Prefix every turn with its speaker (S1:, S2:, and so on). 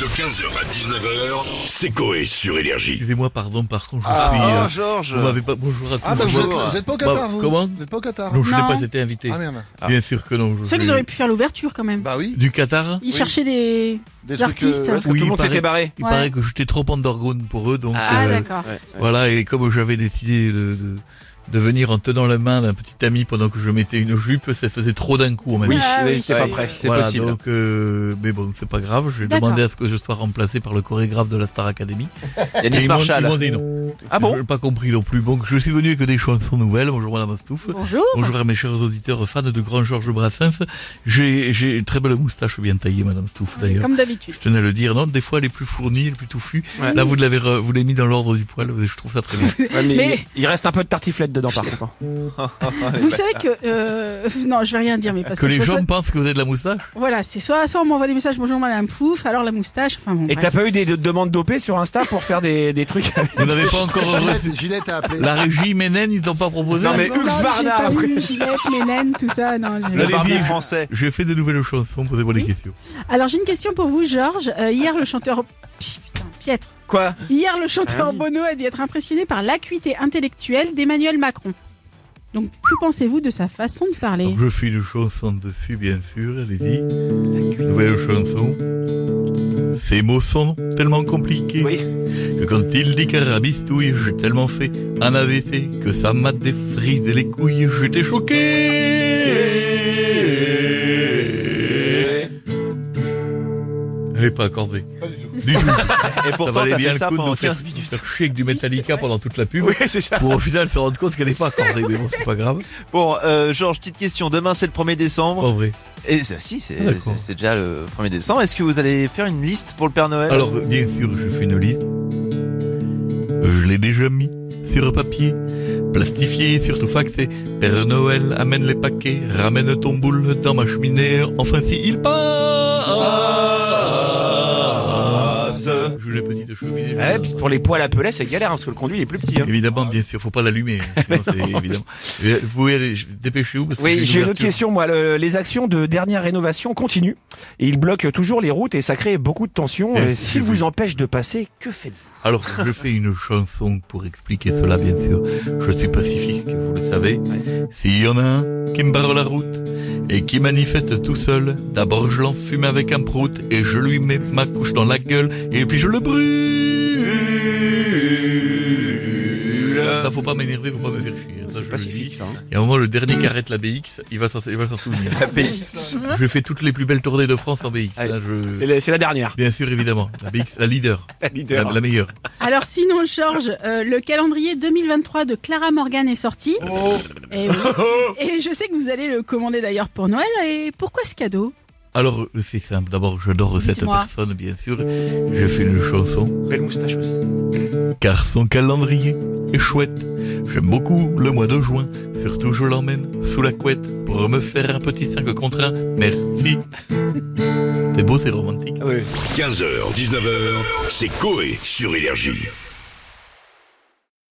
S1: De 15h à 19h, c'est Coé sur Énergie.
S2: Excusez-moi, pardon, parce que je
S3: Ah,
S2: suis.
S3: oh,
S2: euh,
S3: Georges
S2: vous m'avez pas. Bonjour à tous.
S3: Ah, bah vous êtes,
S2: Bonjour.
S3: vous êtes pas au Qatar,
S2: Bah,
S3: vous
S2: comment
S3: Vous êtes pas au Qatar
S2: Non, je n'ai
S4: Non.
S2: pas été invité.
S3: Ah merde.
S2: Bien sûr que non. je-
S4: C'est vrai qu'ils auraient pu faire l'ouverture quand même.
S3: Bah oui,
S2: Du Qatar
S4: Ils
S3: oui.
S4: cherchaient des.
S3: des
S4: L'artiste.
S3: trucs... euh,
S5: Parce que
S2: Oui,
S5: tout le monde
S2: il
S5: s'était
S2: paraît.
S5: barré.
S2: Il
S4: Ouais.
S2: paraît que j'étais trop endorgone pour eux, donc.
S4: Ah,
S2: euh,
S4: d'accord.
S2: Voilà, et comme j'avais décidé de, de, de venir en tenant la main d'un petit ami pendant que je mettais une jupe, ça faisait trop d'un coup en même
S5: Oui,
S2: temps.
S4: Ah oui.
S5: oui, c'était pas
S4: Ouais.
S5: prêt, c'est
S2: Voilà,
S5: possible.
S2: Donc, euh, mais bon, c'est pas grave. J'ai
S4: D'accord.
S2: demandé à ce que je sois remplacé par le chorégraphe de la Star Academy. Et
S5: Yanis
S2: ils m'ont- ils m'ont
S5: Marshall.
S2: dit non.
S5: Ah bon
S2: Je n'ai pas compris non plus. Donc, je suis venu avec des chansons nouvelles. Bonjour Madame Stouff.
S4: Bonjour.
S2: Bonjour à mes chers auditeurs fans de Grand Georges Brassens. J'ai j'ai une très belle moustache bien taillée, Madame Stouff, d'ailleurs.
S4: Comme
S2: Je
S4: d'habitude.
S2: tenais à le dire. Non, des fois, elle est plus fournie, elle est plus touffue.
S5: Ouais.
S2: Là, vous l'avez, re- vous l'avez mis dans l'ordre du poil. Je trouve ça très bien.
S5: Ouais, mais
S4: Mais-
S5: Il il reste un peu de tartiflette dedans, par contre. hein.
S4: Vous savez que euh, non, je vais rien dire, mais parce
S2: que
S4: que, je
S2: les gens
S4: reçois-
S2: pensent que vous avez de la moustache.
S4: voilà, c'est soit soit on m'envoie des messages bonjour Madame Pouf, alors la moustache, enfin bon.
S5: Et
S4: bref.
S5: t'as pas eu des de- demandes dopées sur Insta pour faire des, des trucs avec-
S2: Vous n'avez pas encore reçu.
S3: Gillette, Gillette a appelé.
S2: La régie Ménène, ils t'ont pas proposé.
S5: Non, mais
S4: Voilà,
S5: Hux
S4: j'ai
S5: Varda,
S4: pas
S5: après.
S4: eu Gillette, Ménène, tout ça, non. j'ai-
S2: Le barbier
S5: français.
S2: J'ai fait des nouvelles chansons. Posez-moi des
S4: Oui.
S2: questions.
S4: Alors j'ai une question pour vous, Georges. Euh, hier, le chanteur Pi- putain, Piètre.
S5: Quoi
S4: Hier, le chanteur
S5: Ah oui.
S4: Bono a dû être impressionné par l'acuité intellectuelle d'Emmanuel Macron. Donc, que pensez-vous de sa façon de parler
S2: Donc je fais une chanson dessus, bien sûr, allez-y. Nouvelle chanson. Ces mots sont tellement compliqués
S5: Oui.
S2: que quand il dit carabistouille, j'ai tellement fait un AVC que ça m'a défrisé les couilles, j'étais choqué. Elle n'est pas accordée.
S3: Pas du tout.
S2: Du tout.
S6: Et
S2: ça
S6: pourtant,
S2: valait
S6: t'as
S2: bien
S6: fait
S2: le
S6: ça
S2: coup de nous
S6: pendant
S2: faire
S6: 15 minutes.
S2: faire chier avec du Metallica pendant toute la pub.
S5: Oui, c'est ça.
S2: Pour au final se rendre compte qu'elle n'est pas accordée, mais bon, c'est pas grave.
S6: Bon, euh, Georges, petite question. Demain, c'est le 1er décembre.
S2: En vrai.
S6: Et ça, si, c'est
S2: Oh. Ah, D'accord.
S6: c'est- c'est déjà le 1er décembre. Est-ce que vous allez faire une liste pour le Père Noël
S2: Alors, bien sûr, je fais une liste. Je l'ai déjà mis sur papier, plastifié, surtout faxé. Père Noël, amène les paquets, ramène ton boule dans ma cheminée, enfin si il passe. Je l'ai petite cheminée. je-
S5: Ouais, Eh, puis pour les poils à pelets, c'est galère, hein, parce que le conduit il est plus petit. hein.
S2: Évidemment, bien sûr, faut pas l'allumer. hein, sinon c'est évidemment. Et Vous pouvez aller, je- dépêchez-vous parce que
S5: Oui, j'ai une autre
S2: ouverture.
S5: question, moi. Le- les actions de dernière rénovation continuent. Et ils bloquent toujours les routes et ça crée beaucoup de tensions.
S2: Et
S5: Et
S2: c'est
S5: s'ils vous
S2: vrai.
S5: empêchent de passer, que faites-vous
S2: Alors, je fais une chanson pour expliquer cela, bien sûr. Je suis pacifiste, vous le savez. S'il y en a un qui me barre la route et qui manifeste tout seul, d'abord je l'enfume avec un prout et je lui mets ma couche dans la gueule et puis je le brûle. Ça, faut pas m'énerver, faut pas me faire chier. Ça, je le dis.
S5: Pacifique, hein.
S2: Et à un moment, le dernier qui arrête la BX, il va s'en, il va s'en souvenir. Je fais toutes les plus belles tournées de France en BX.
S5: Allez.
S2: hein, je-
S5: C'est la, c'est la dernière,
S2: Bien sûr, évidemment. La BX, la leader.
S5: la
S2: La,
S5: leader.
S2: la meilleure.
S4: Alors sinon, Georges, euh, le calendrier 2023 de Clara Morgan est sorti. Et, oui. Et je sais que vous allez le commander d'ailleurs pour Noël. Et pourquoi ce cadeau
S2: Alors, c'est simple. D'abord, j'adore cette
S4: Dis-moi.
S2: personne, bien sûr. Je fais une chanson.
S5: Belle moustache aussi.
S2: Car son calendrier est chouette. J'aime beaucoup le mois de juin. Surtout, je l'emmène sous la couette pour me faire un petit 5 contre 1. Merci. C'est beau, c'est romantique.
S5: Oui.
S1: 15h, 19h, c'est Coé sur Énergie.